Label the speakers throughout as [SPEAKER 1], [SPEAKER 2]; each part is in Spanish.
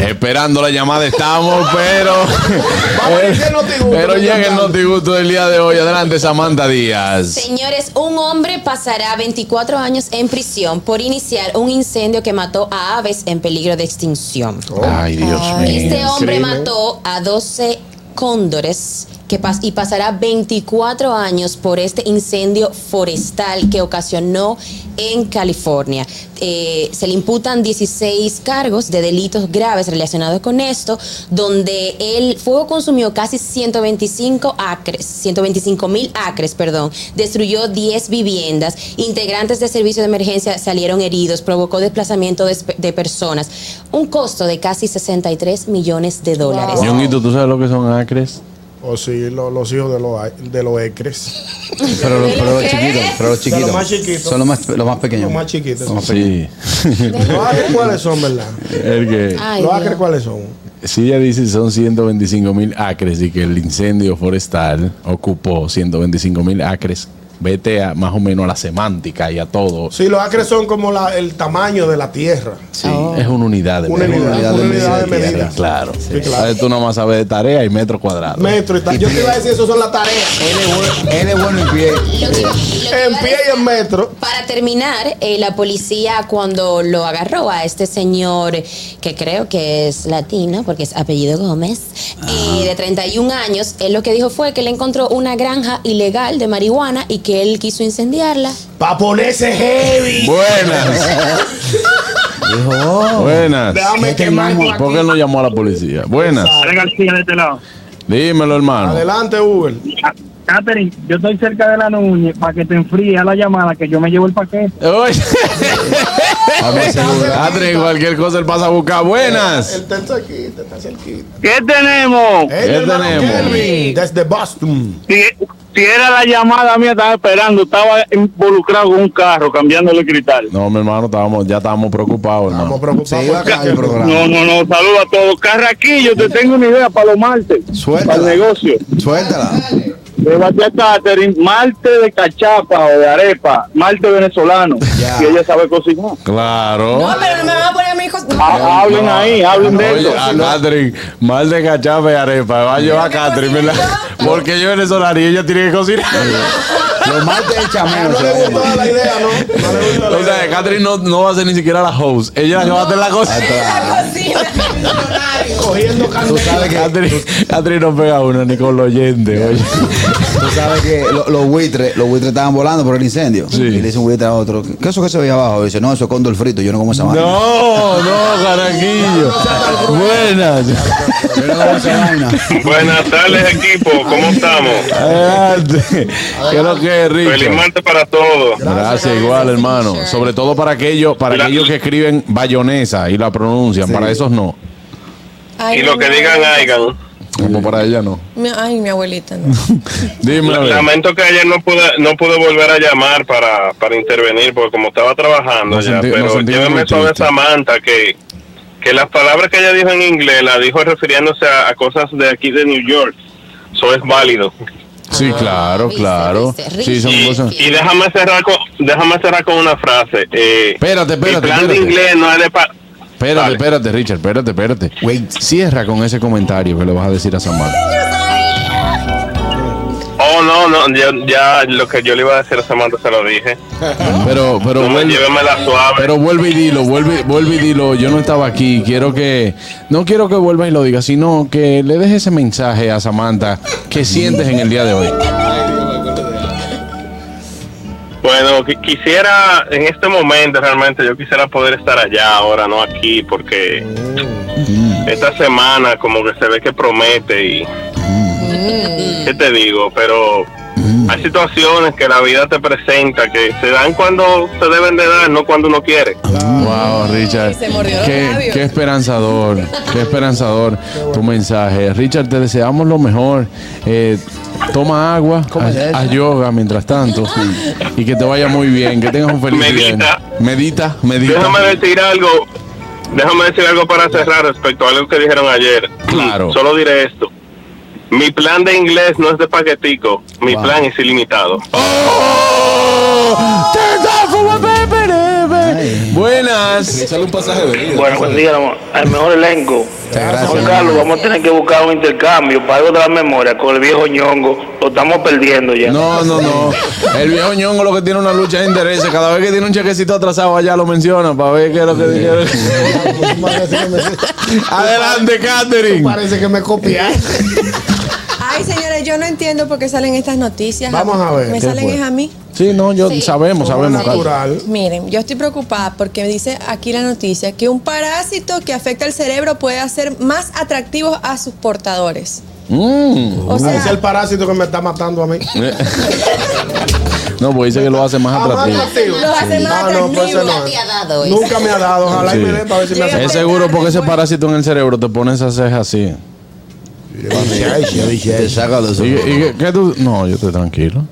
[SPEAKER 1] Esperando la llamada estamos, pero.
[SPEAKER 2] a ver qué notigusto
[SPEAKER 1] pero
[SPEAKER 2] nos
[SPEAKER 1] llega el
[SPEAKER 2] llamaron.
[SPEAKER 1] notigusto del día de hoy. Adelante, Samantha Díaz.
[SPEAKER 3] Señores, un hombre pasará 24 años en prisión por iniciar un incendio que mató a aves en peligro de extinción.
[SPEAKER 1] Ay, Dios
[SPEAKER 3] Este
[SPEAKER 1] mío.
[SPEAKER 3] hombre
[SPEAKER 2] Increíble.
[SPEAKER 3] mató a 12 cóndores que pas- y pasará 24 años por este incendio forestal que ocasionó en California. Eh, se le imputan 16 cargos de delitos graves relacionados con esto, donde el fuego consumió casi 125 acres, 125 mil acres, perdón, destruyó 10 viviendas, integrantes de servicio de emergencia salieron heridos, provocó desplazamiento de, espe- de personas, un costo de casi 63 millones de dólares.
[SPEAKER 1] Ñonguito, ¿tú sabes lo que son acres?
[SPEAKER 2] O sí, lo- los hijos de los, de los ecres.
[SPEAKER 4] Pero, los- pero los
[SPEAKER 3] ¿Qué?
[SPEAKER 4] chiquitos, pero los chiquitos.
[SPEAKER 2] Son los más chiquitos.
[SPEAKER 4] Son los más, los más pequeños.
[SPEAKER 2] Los más chiquitos.
[SPEAKER 4] Los más pequeños.
[SPEAKER 1] Sí.
[SPEAKER 2] ¿Los acres cuáles son, verdad?
[SPEAKER 1] El que.
[SPEAKER 3] Ay,
[SPEAKER 2] ¿Los
[SPEAKER 3] Dios.
[SPEAKER 2] acres cuáles son?
[SPEAKER 1] Si ella dice son 125 mil acres y que el incendio forestal ocupó 125 mil acres, vete a, más o menos a la semántica y a todo.
[SPEAKER 2] Sí, los acres son como la- el tamaño de la tierra.
[SPEAKER 1] Sí,
[SPEAKER 3] Oh.
[SPEAKER 1] es una unidad de
[SPEAKER 2] Una
[SPEAKER 1] medida.
[SPEAKER 2] unidad, una unidad de
[SPEAKER 1] tierra,
[SPEAKER 2] medida.
[SPEAKER 1] Claro.
[SPEAKER 2] Sí, claro.
[SPEAKER 1] Ahí Tú nomás sabes de tarea y metro cuadrado.
[SPEAKER 2] Metro y tal. Yo te iba a decir, eso son las tareas.
[SPEAKER 4] Él es bueno, él es bueno en pie.
[SPEAKER 3] Lo que- lo que
[SPEAKER 2] En
[SPEAKER 3] iba a
[SPEAKER 2] pie y en metro.
[SPEAKER 3] Para terminar, eh, la policía cuando lo agarró a este señor, que creo que es latino, porque es apellido Gómez, eh, de 31 años, él lo que dijo fue que le encontró una granja ilegal de marihuana y que él quiso incendiarla.
[SPEAKER 2] Pa' ponerse heavy.
[SPEAKER 1] Buenas.
[SPEAKER 4] Dijo, oh,
[SPEAKER 1] Buenas.
[SPEAKER 2] Déjame
[SPEAKER 4] Este
[SPEAKER 2] quemar.
[SPEAKER 4] mambo.
[SPEAKER 1] ¿Por qué él no llamó a la policía? Buenas.
[SPEAKER 5] Ale García de este lado.
[SPEAKER 1] Dímelo, hermano.
[SPEAKER 2] Adelante, Uber.
[SPEAKER 5] Ah, Catherine, yo estoy cerca de la Núñez para que te enfríe a la llamada que yo me llevo el paquete.
[SPEAKER 1] Oye.
[SPEAKER 4] vamos a asegurar.
[SPEAKER 1] Adri, cualquier cosa él pasa a buscar. Buenas.
[SPEAKER 2] Él está cerquita, está cerquita.
[SPEAKER 5] ¿Qué tenemos?
[SPEAKER 2] Hey, mi hermano
[SPEAKER 1] tenemos?
[SPEAKER 2] Kelvin, Desde Boston.
[SPEAKER 5] Si, si era la llamada mía, estaba esperando, estaba involucrado con un carro cambiándole el cristal.
[SPEAKER 1] No, mi hermano, estábamos, ya estábamos preocupados,
[SPEAKER 2] Estamos
[SPEAKER 1] hermano.
[SPEAKER 2] preocupados.
[SPEAKER 4] Se iba a
[SPEAKER 2] por
[SPEAKER 4] caer el
[SPEAKER 2] Kelvin.
[SPEAKER 4] programa.
[SPEAKER 5] No, no, no, saludo a todos. Carraquillo, te tengo una idea para los martes,
[SPEAKER 4] Suéltala.
[SPEAKER 5] para el negocio.
[SPEAKER 4] Suéltala.
[SPEAKER 5] Llévate a Catherine, Marte de cachapa o de arepa, Marte venezolano.
[SPEAKER 4] Ya.
[SPEAKER 5] Y ella sabe cocinar.
[SPEAKER 1] Claro.
[SPEAKER 6] Ah,
[SPEAKER 3] pero no me van a poner a mi hijo.
[SPEAKER 5] Ha- hablen
[SPEAKER 1] No.
[SPEAKER 5] ahí, hablen de
[SPEAKER 1] Oye,
[SPEAKER 5] eso.
[SPEAKER 1] a Catherine, mal de cachape y arepa. Va a llevar a Catherine, ¿verdad? Porque yo venezolana y ella tiene que cocinar.
[SPEAKER 4] Los martes de chameo.
[SPEAKER 2] No
[SPEAKER 4] se
[SPEAKER 2] le
[SPEAKER 4] va a
[SPEAKER 2] gustó
[SPEAKER 4] llamar.
[SPEAKER 2] la idea, ¿no? No le gustó la
[SPEAKER 1] O sea,
[SPEAKER 2] idea.
[SPEAKER 1] Catherine no, no va a ser ni siquiera la host. Ella va a hacer la cocina.
[SPEAKER 2] Cogiendo
[SPEAKER 4] Tú
[SPEAKER 2] candela.
[SPEAKER 4] sabes que,
[SPEAKER 1] Catherine, Catherine no pega una ni con los oyentes, oye.
[SPEAKER 4] tú sabes que lo- los buitres, los buitres estaban volando por el incendio.
[SPEAKER 1] Sí.
[SPEAKER 4] Y le dice un buitre a otro, ¿qué es eso que se veía abajo? Y dice, no, eso es cóndor frito, yo no como esa vaina.
[SPEAKER 1] No, no, Caraquillo. Buenas.
[SPEAKER 4] Yo no como esa vaina.
[SPEAKER 7] Buenas tardes equipo, ¿cómo estamos?
[SPEAKER 1] Adelante. ¿Qué es lo que es,
[SPEAKER 7] Feliz
[SPEAKER 1] Richard?
[SPEAKER 7] martes para todos.
[SPEAKER 1] Gracias, igual, hermano. Sobre todo para aquellos, para
[SPEAKER 7] Mira.
[SPEAKER 1] aquellos que escriben bayonesa y la pronuncian. Para esos no.
[SPEAKER 6] Ay,
[SPEAKER 7] Y lo
[SPEAKER 6] no,
[SPEAKER 7] que
[SPEAKER 6] mi
[SPEAKER 7] digan
[SPEAKER 6] abuelita.
[SPEAKER 7] hagan.
[SPEAKER 1] Como para ella no.
[SPEAKER 6] Mi- ay, mi abuelita, no.
[SPEAKER 1] Dime. a ver.
[SPEAKER 7] Lamento que ayer no pude no pude volver a llamar para, para intervenir porque como estaba trabajando
[SPEAKER 1] Nos
[SPEAKER 7] ya,
[SPEAKER 1] senti- nos
[SPEAKER 7] pero
[SPEAKER 1] sentimos
[SPEAKER 7] llévame
[SPEAKER 1] muy
[SPEAKER 7] sobre
[SPEAKER 1] tristes.
[SPEAKER 7] Samantha que que las palabras que ella dijo en inglés las dijo refiriéndose a, a cosas de aquí de New York. Eso es válido.
[SPEAKER 1] Sí, claro,
[SPEAKER 3] Viste,
[SPEAKER 1] claro.
[SPEAKER 3] viste,
[SPEAKER 1] Sí, son
[SPEAKER 3] Richie.
[SPEAKER 1] cosas.
[SPEAKER 7] Y déjame cerrar con déjame cerrar con una frase. Eh,
[SPEAKER 1] Espérate, espérate,
[SPEAKER 7] mi plan
[SPEAKER 1] espérate.
[SPEAKER 7] de inglés no es de pa-
[SPEAKER 1] Espérate,
[SPEAKER 7] Dale.
[SPEAKER 1] espérate, Richard, espérate, espérate.
[SPEAKER 4] Wait.
[SPEAKER 1] Cierra con ese comentario que le vas a decir a Samantha.
[SPEAKER 7] Oh, no, no, ya, ya lo que yo le iba a decir a Samantha se lo dije.
[SPEAKER 1] Pero, pero
[SPEAKER 7] No me
[SPEAKER 1] vuelve,
[SPEAKER 7] lléveme la suave.
[SPEAKER 1] pero vuelve y dilo, vuelve, vuelve y dilo. Yo no estaba aquí. Quiero que, no quiero que vuelvas y lo digas, sino que le dejes ese mensaje a Samantha que sientes en el día de hoy.
[SPEAKER 7] Bueno, qui- quisiera, en este momento realmente yo quisiera poder estar allá ahora, no aquí, porque esta semana como que se ve que promete y... ¿Qué te digo? Pero hay situaciones que la vida te presenta que se dan cuando se deben de dar, no cuando uno quiere.
[SPEAKER 1] Wow, Richard.
[SPEAKER 6] Se mordió los
[SPEAKER 1] Qué,
[SPEAKER 6] labios.
[SPEAKER 1] qué esperanzador, qué esperanzador tu mensaje. Richard, te deseamos lo mejor. Eh, toma agua, haz, haz yoga mientras tanto y que te vaya muy bien, que tengas un feliz día.
[SPEAKER 7] Medita.
[SPEAKER 1] Medita, medita.
[SPEAKER 7] Déjame decir algo. Déjame decir algo para cerrar respecto a algo que dijeron ayer.
[SPEAKER 1] Claro.
[SPEAKER 7] Solo diré esto. Mi plan de inglés no es de paquetico, mi plan es ilimitado.
[SPEAKER 1] Oh, Buenas.
[SPEAKER 4] sale un pasaje de
[SPEAKER 8] Bueno, buen día, el mejor elenco. Juan Carlos, vamos a tener que buscar un intercambio para algo de la memoria con el viejo ñongo. Lo estamos perdiendo ya.
[SPEAKER 1] No, no, no. El viejo ñongo lo que tiene una lucha de intereses. Cada vez que tiene un chequecito atrasado allá lo menciona para ver qué es lo que dice.
[SPEAKER 2] Parece que me-
[SPEAKER 1] Adelante, Catherine.
[SPEAKER 2] Parece que me copiaste.
[SPEAKER 6] Ay, señores, yo no entiendo por qué salen estas noticias.
[SPEAKER 2] Vamos a ver,
[SPEAKER 6] Me
[SPEAKER 2] ¿qué
[SPEAKER 6] salen
[SPEAKER 1] fue?
[SPEAKER 6] es a mí.
[SPEAKER 1] Sí, no, yo sabemos, sabemos, Catherine.
[SPEAKER 2] Natural.
[SPEAKER 6] Miren, yo estoy preocupada porque dice aquí la noticia que un parásito que afecta al cerebro puede hacer más atractivos a sus portadores.
[SPEAKER 1] Mm.
[SPEAKER 6] O
[SPEAKER 2] Ese es el
[SPEAKER 6] sea,
[SPEAKER 2] parásito que me está matando a mí.
[SPEAKER 1] No, pues dice que lo hace más atractivo.
[SPEAKER 6] Lo hace más
[SPEAKER 2] Ah, no,
[SPEAKER 6] atractivo.
[SPEAKER 2] pues ese no
[SPEAKER 3] Te
[SPEAKER 2] es.
[SPEAKER 3] ha dado eso.
[SPEAKER 2] Nunca me ha dado. Ojalá y
[SPEAKER 1] Sí.
[SPEAKER 2] me dé para ver si me hace.
[SPEAKER 1] Es seguro porque ese parásito en el cerebro te pone esas cejas así.
[SPEAKER 4] Te saca los
[SPEAKER 1] ¿Y, y qué- qué tú? No, yo estoy tranquilo.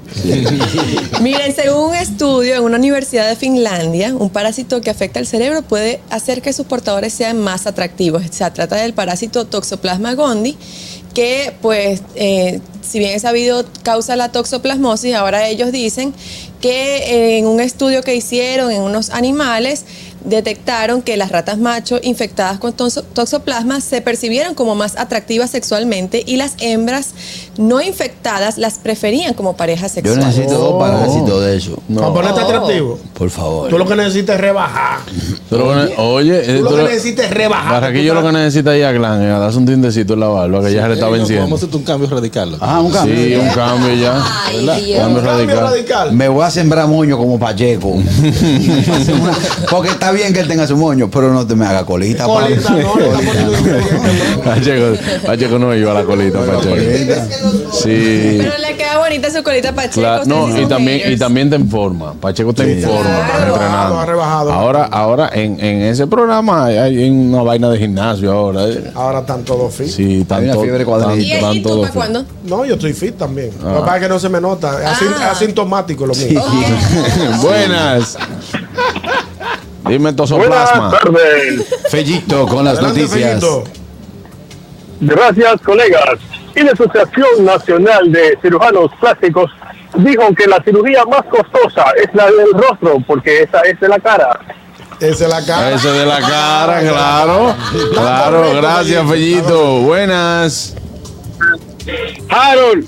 [SPEAKER 6] Miren, según un estudio en una universidad de Finlandia, un parásito que afecta al cerebro puede hacer que sus portadores sean más atractivos. Se trata del parásito Toxoplasma gondii, que pues, eh, si bien es sabido, causa la toxoplasmosis, ahora ellos dicen que eh, en un estudio que hicieron en unos animales, detectaron que las ratas macho infectadas con toxo- toxoplasma se percibieron como más atractivas sexualmente y las hembras no infectadas las preferían como pareja
[SPEAKER 4] Yo
[SPEAKER 6] sexual.
[SPEAKER 4] necesito dos parásitos de eso.
[SPEAKER 2] Para ponerte atractivo.
[SPEAKER 4] Por
[SPEAKER 2] Tú
[SPEAKER 4] favor.
[SPEAKER 2] lo que necesitas es rebajar.
[SPEAKER 1] Pero bueno, oye, eh,
[SPEAKER 2] Tú lo
[SPEAKER 1] tú
[SPEAKER 2] que
[SPEAKER 1] lo-
[SPEAKER 2] necesitas es rebajar.
[SPEAKER 1] Eh, Barraquillo lo que necesita ahí a Clan, eh, a darse un tintecito en la barba, que ya se le está venciendo.
[SPEAKER 9] Vamos a hacer un cambio radical.
[SPEAKER 4] Ajá, Ah, un cambio.
[SPEAKER 1] Sí, un cambio ya.
[SPEAKER 3] Ay,
[SPEAKER 1] ¿Verdad?
[SPEAKER 3] Dios.
[SPEAKER 1] Cambio
[SPEAKER 2] Cambio
[SPEAKER 1] radical.
[SPEAKER 2] radical.
[SPEAKER 4] Me voy a sembrar moño como Pacheco. Porque está bien que él tenga su moño, pero no te me haga colita.
[SPEAKER 2] Colita,
[SPEAKER 4] Pablo.
[SPEAKER 2] no, le está poniendo ingredientes,
[SPEAKER 1] Pacheco, Pacheco no iba a la colita,
[SPEAKER 2] pues,
[SPEAKER 1] Pacheco. Sí.
[SPEAKER 6] Pero le queda bonita su colita Pacheco.
[SPEAKER 1] Claro,
[SPEAKER 6] ustedes sí
[SPEAKER 1] no, y
[SPEAKER 6] son
[SPEAKER 1] también, y
[SPEAKER 6] haters.
[SPEAKER 1] también te informa. Pacheco te informa,
[SPEAKER 6] Claro.
[SPEAKER 1] está entrenando.
[SPEAKER 2] Ha rebajado.
[SPEAKER 1] Ahora, ahora en, en ese programa hay, hay una vaina de gimnasio ahora. eh.
[SPEAKER 2] Ahora están todos fit.
[SPEAKER 1] Sí, tanto,
[SPEAKER 4] una fiebre cuadrilla.
[SPEAKER 6] ¿Y,
[SPEAKER 1] tanto,
[SPEAKER 6] y tú para
[SPEAKER 1] tanto-
[SPEAKER 6] cuándo?
[SPEAKER 2] No, yo estoy fit también.
[SPEAKER 1] Ah.
[SPEAKER 2] Lo que pasa es que no se me nota. Es asin-
[SPEAKER 6] Ah.
[SPEAKER 2] asintomático lo mío.
[SPEAKER 1] Buenas. Dime
[SPEAKER 7] Buenas
[SPEAKER 1] tosoplasma.
[SPEAKER 7] tardes.
[SPEAKER 4] Fellito con las
[SPEAKER 2] Adelante,
[SPEAKER 4] noticias.
[SPEAKER 2] Fellito.
[SPEAKER 8] Gracias, colegas. Y la Asociación Nacional de Cirujanos Plásticos dijo que la cirugía más costosa es la del rostro, porque esa es de la cara.
[SPEAKER 2] Esa es la cara.
[SPEAKER 1] Eso de la cara, claro. Claro, gracias, Fellito. Buenas.
[SPEAKER 8] Harold,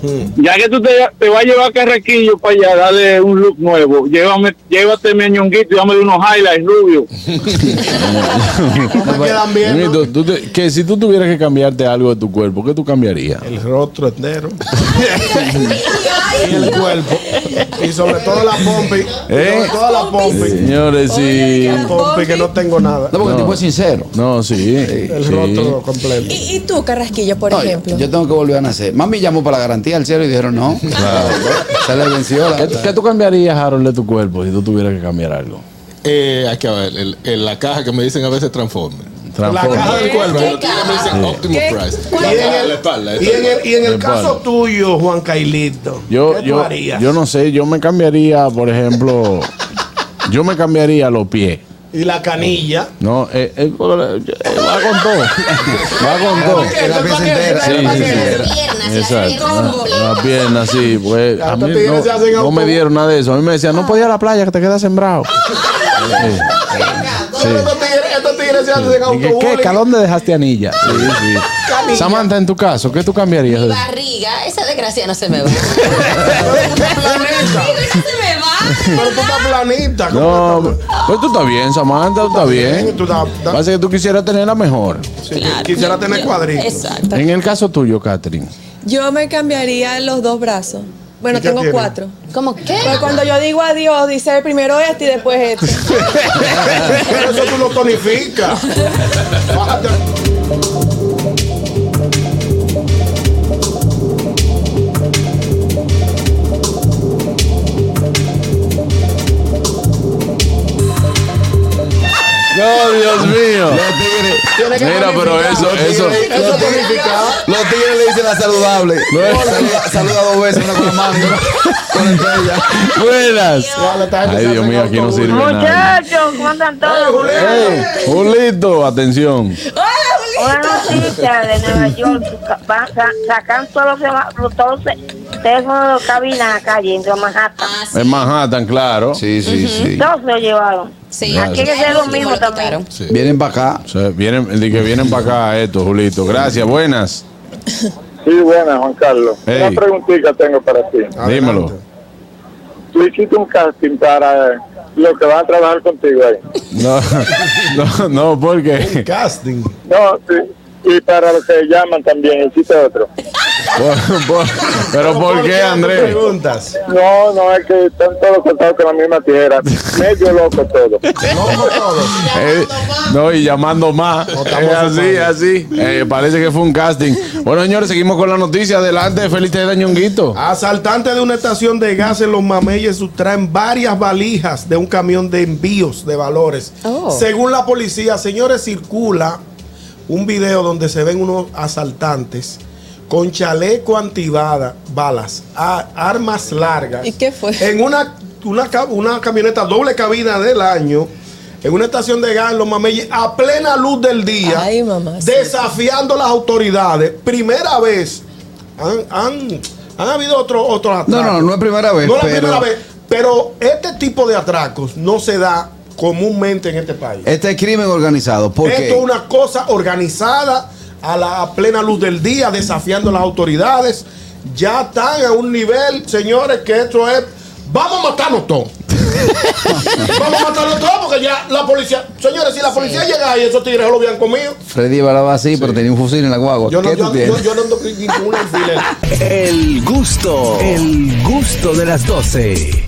[SPEAKER 2] Hey.
[SPEAKER 8] ya que tú te, te vas a llevar a Carrequillo para allá, dale un look nuevo. Llévame, llévate mi ñonguito y dame unos highlights rubio.
[SPEAKER 2] No me quedan bien. ¿no?
[SPEAKER 1] Ñonguito, tú te- que si tú tuvieras que cambiarte algo de tu cuerpo, ¿qué tú cambiarías?
[SPEAKER 2] El rostro entero. y el cuerpo. Y sobre todo la pompi.
[SPEAKER 1] ¿Eh?
[SPEAKER 2] Sobre todo la pompi.
[SPEAKER 1] Señores, sí.
[SPEAKER 6] Oye,
[SPEAKER 2] Pompi que no tengo nada.
[SPEAKER 4] No, porque el tipo es sincero.
[SPEAKER 1] No, sí.
[SPEAKER 2] El
[SPEAKER 1] sí.
[SPEAKER 2] rostro completo.
[SPEAKER 6] ¿Y, y tú, Carrasquillo, por
[SPEAKER 4] No,
[SPEAKER 6] ejemplo?
[SPEAKER 4] yo tengo que volver a nacer. Mami llamó para la garantía al cielo y dijeron no. Se le venció la.
[SPEAKER 1] ¿Qué, qué tú cambiarías, Harold, de tu cuerpo si tú tuvieras que cambiar algo?
[SPEAKER 9] Eh, hay que ver, el- el- la caja que me dicen a veces transforme.
[SPEAKER 2] La
[SPEAKER 1] Transforma.
[SPEAKER 2] caja del cuerpo.
[SPEAKER 9] Pero tiene- me dicen Optimum
[SPEAKER 6] ¿Qué?
[SPEAKER 9] Price.
[SPEAKER 6] ¿Cuál?
[SPEAKER 9] La,
[SPEAKER 2] Y en
[SPEAKER 9] espalda,
[SPEAKER 2] el,
[SPEAKER 9] la espalda.
[SPEAKER 2] y en el- y en el
[SPEAKER 1] Me
[SPEAKER 2] caso
[SPEAKER 1] paro.
[SPEAKER 2] tuyo, Juan Cailito,
[SPEAKER 1] Yo,
[SPEAKER 2] ¿qué tú
[SPEAKER 1] yo,
[SPEAKER 2] harías?
[SPEAKER 1] yo no sé, yo me cambiaría, por ejemplo, yo me cambiaría los pies.
[SPEAKER 2] Y la canilla.
[SPEAKER 1] No, eh, eh, eh, va con todo. Va
[SPEAKER 3] Ah,
[SPEAKER 1] con todo.
[SPEAKER 4] La pieza entera.
[SPEAKER 1] Sí, sí,
[SPEAKER 3] Las
[SPEAKER 1] sí.
[SPEAKER 3] piernas, las
[SPEAKER 1] Exacto.
[SPEAKER 3] piernas
[SPEAKER 1] La,
[SPEAKER 3] completas.
[SPEAKER 1] la pierna, sí. Pues, a
[SPEAKER 2] Hasta
[SPEAKER 1] mí
[SPEAKER 2] tigres se hacen
[SPEAKER 1] no, no me
[SPEAKER 2] auto-
[SPEAKER 1] dieron nada de eso. A mí me decían, no podía ir a la playa, que te quedas sembrado.
[SPEAKER 2] Pero Estos tigres estos tigres se hacen
[SPEAKER 1] ¿Y que, ¿Qué?
[SPEAKER 2] autobús.
[SPEAKER 1] ¿A dónde dejaste anilla? Sí, sí.
[SPEAKER 2] Canilla.
[SPEAKER 1] Samantha, en tu caso, ¿qué tú cambiarías?
[SPEAKER 3] Mi barriga, esa desgracia no se me va.
[SPEAKER 2] planeta.
[SPEAKER 3] Digo, esa se me va.
[SPEAKER 2] Pero tú estás planita.
[SPEAKER 1] No, pues tú estás bien, Samantha, tú estás bien.
[SPEAKER 2] Tú estás- estás-
[SPEAKER 1] Parece que tú quisieras tenerla mejor.
[SPEAKER 2] sí, quisiera tener cuadritos.
[SPEAKER 3] Exacto.
[SPEAKER 1] En el caso tuyo, Catherine.
[SPEAKER 6] Yo me cambiaría los dos brazos. Bueno,
[SPEAKER 2] ¿Y qué
[SPEAKER 6] tengo
[SPEAKER 2] tiene?
[SPEAKER 6] cuatro.
[SPEAKER 3] ¿Cómo qué?
[SPEAKER 6] Pero cuando yo digo adiós, dice primero este y después este.
[SPEAKER 2] Pero eso tú lo tonificas. Bájate.
[SPEAKER 1] No, Dios mío.
[SPEAKER 4] Los tigres,
[SPEAKER 1] Tiene que Mira, pero bonificar. eso- eso- Eso
[SPEAKER 4] Los tigres- los tigres le dicen la saludable. Saluda, saluda dos veces, una con la mano y una con el pella.
[SPEAKER 1] Buenas. Ay, Dios mío, aquí no sirve nada.
[SPEAKER 10] Muchachos, ¿cómo andan todos?
[SPEAKER 1] Ey, Julito, atención.
[SPEAKER 10] Una noticia de Nueva York. va- sa- sacan todos los, ceba- los- todos los teléfonos de los cabinas a la calle, en Manhattan.
[SPEAKER 3] Ah,
[SPEAKER 1] En Manhattan, claro. Sí, sí, sí.
[SPEAKER 10] Todos se lo llevaron. Aquí hay que hacer lo mismo también.
[SPEAKER 1] Vienen para acá. vienen, di que vienen para acá esto, Julito. Gracias, buenas.
[SPEAKER 8] Sí, buenas, Juan Carlos.
[SPEAKER 1] Hey.
[SPEAKER 8] Una preguntita tengo para ti.
[SPEAKER 1] Dímelo.
[SPEAKER 8] Tú hiciste un casting para eh, los que van a trabajar contigo ahí.
[SPEAKER 1] No, no, no, porque.
[SPEAKER 2] Casting.
[SPEAKER 8] No, sí. Y para los que llaman también, hiciste otro.
[SPEAKER 1] por- por- pero ¿por qué, Andrés?
[SPEAKER 2] preguntas?
[SPEAKER 8] No, no, es que están todos cortados con la misma tijera. Medio loco todo.
[SPEAKER 1] Eh, no, y llamando más. Es así, así. Eh, parece que fue un casting. Bueno, señores, seguimos con la noticia. Adelante, feliz de Ñonguito.
[SPEAKER 2] Asaltantes de una estación de gas en Los Mameyes sustraen varias valijas de un camión de envíos de valores.
[SPEAKER 11] Oh.
[SPEAKER 2] Según la policía, señores, circula un video donde se ven unos asaltantes con chaleco antibada, balas, a- armas largas.
[SPEAKER 6] ¿Y qué fue?
[SPEAKER 2] En una, una, ca- una camioneta doble cabina del año, en una estación de gas en Los Mameyes, a plena luz del día,
[SPEAKER 6] Ay, mamá.
[SPEAKER 2] desafiando las autoridades. Primera vez han, han, han habido otros otros atracos.
[SPEAKER 4] no, no es primera vez,
[SPEAKER 2] No es la
[SPEAKER 4] pero-
[SPEAKER 2] primera vez, pero este tipo de atracos no se da comúnmente en este país.
[SPEAKER 4] Este es crimen organizado. ¿Por
[SPEAKER 2] Esto es
[SPEAKER 4] qué?
[SPEAKER 2] una cosa organizada a la a plena luz del día, desafiando a las autoridades. Ya están a un nivel, señores, que esto es. Vamos a matarnos todos. Vamos a matarnos todos porque ya la policía. Señores, si la policía llega ahí, esos tigres lo habían comido.
[SPEAKER 4] Freddy balaba así, pero tenía un fusil en la guagua.
[SPEAKER 2] Yo no,
[SPEAKER 4] ¿Qué tú
[SPEAKER 2] yo,
[SPEAKER 4] tienes?
[SPEAKER 2] yo, yo no ando con ningún alfiler.
[SPEAKER 12] El gusto, el gusto de las 12.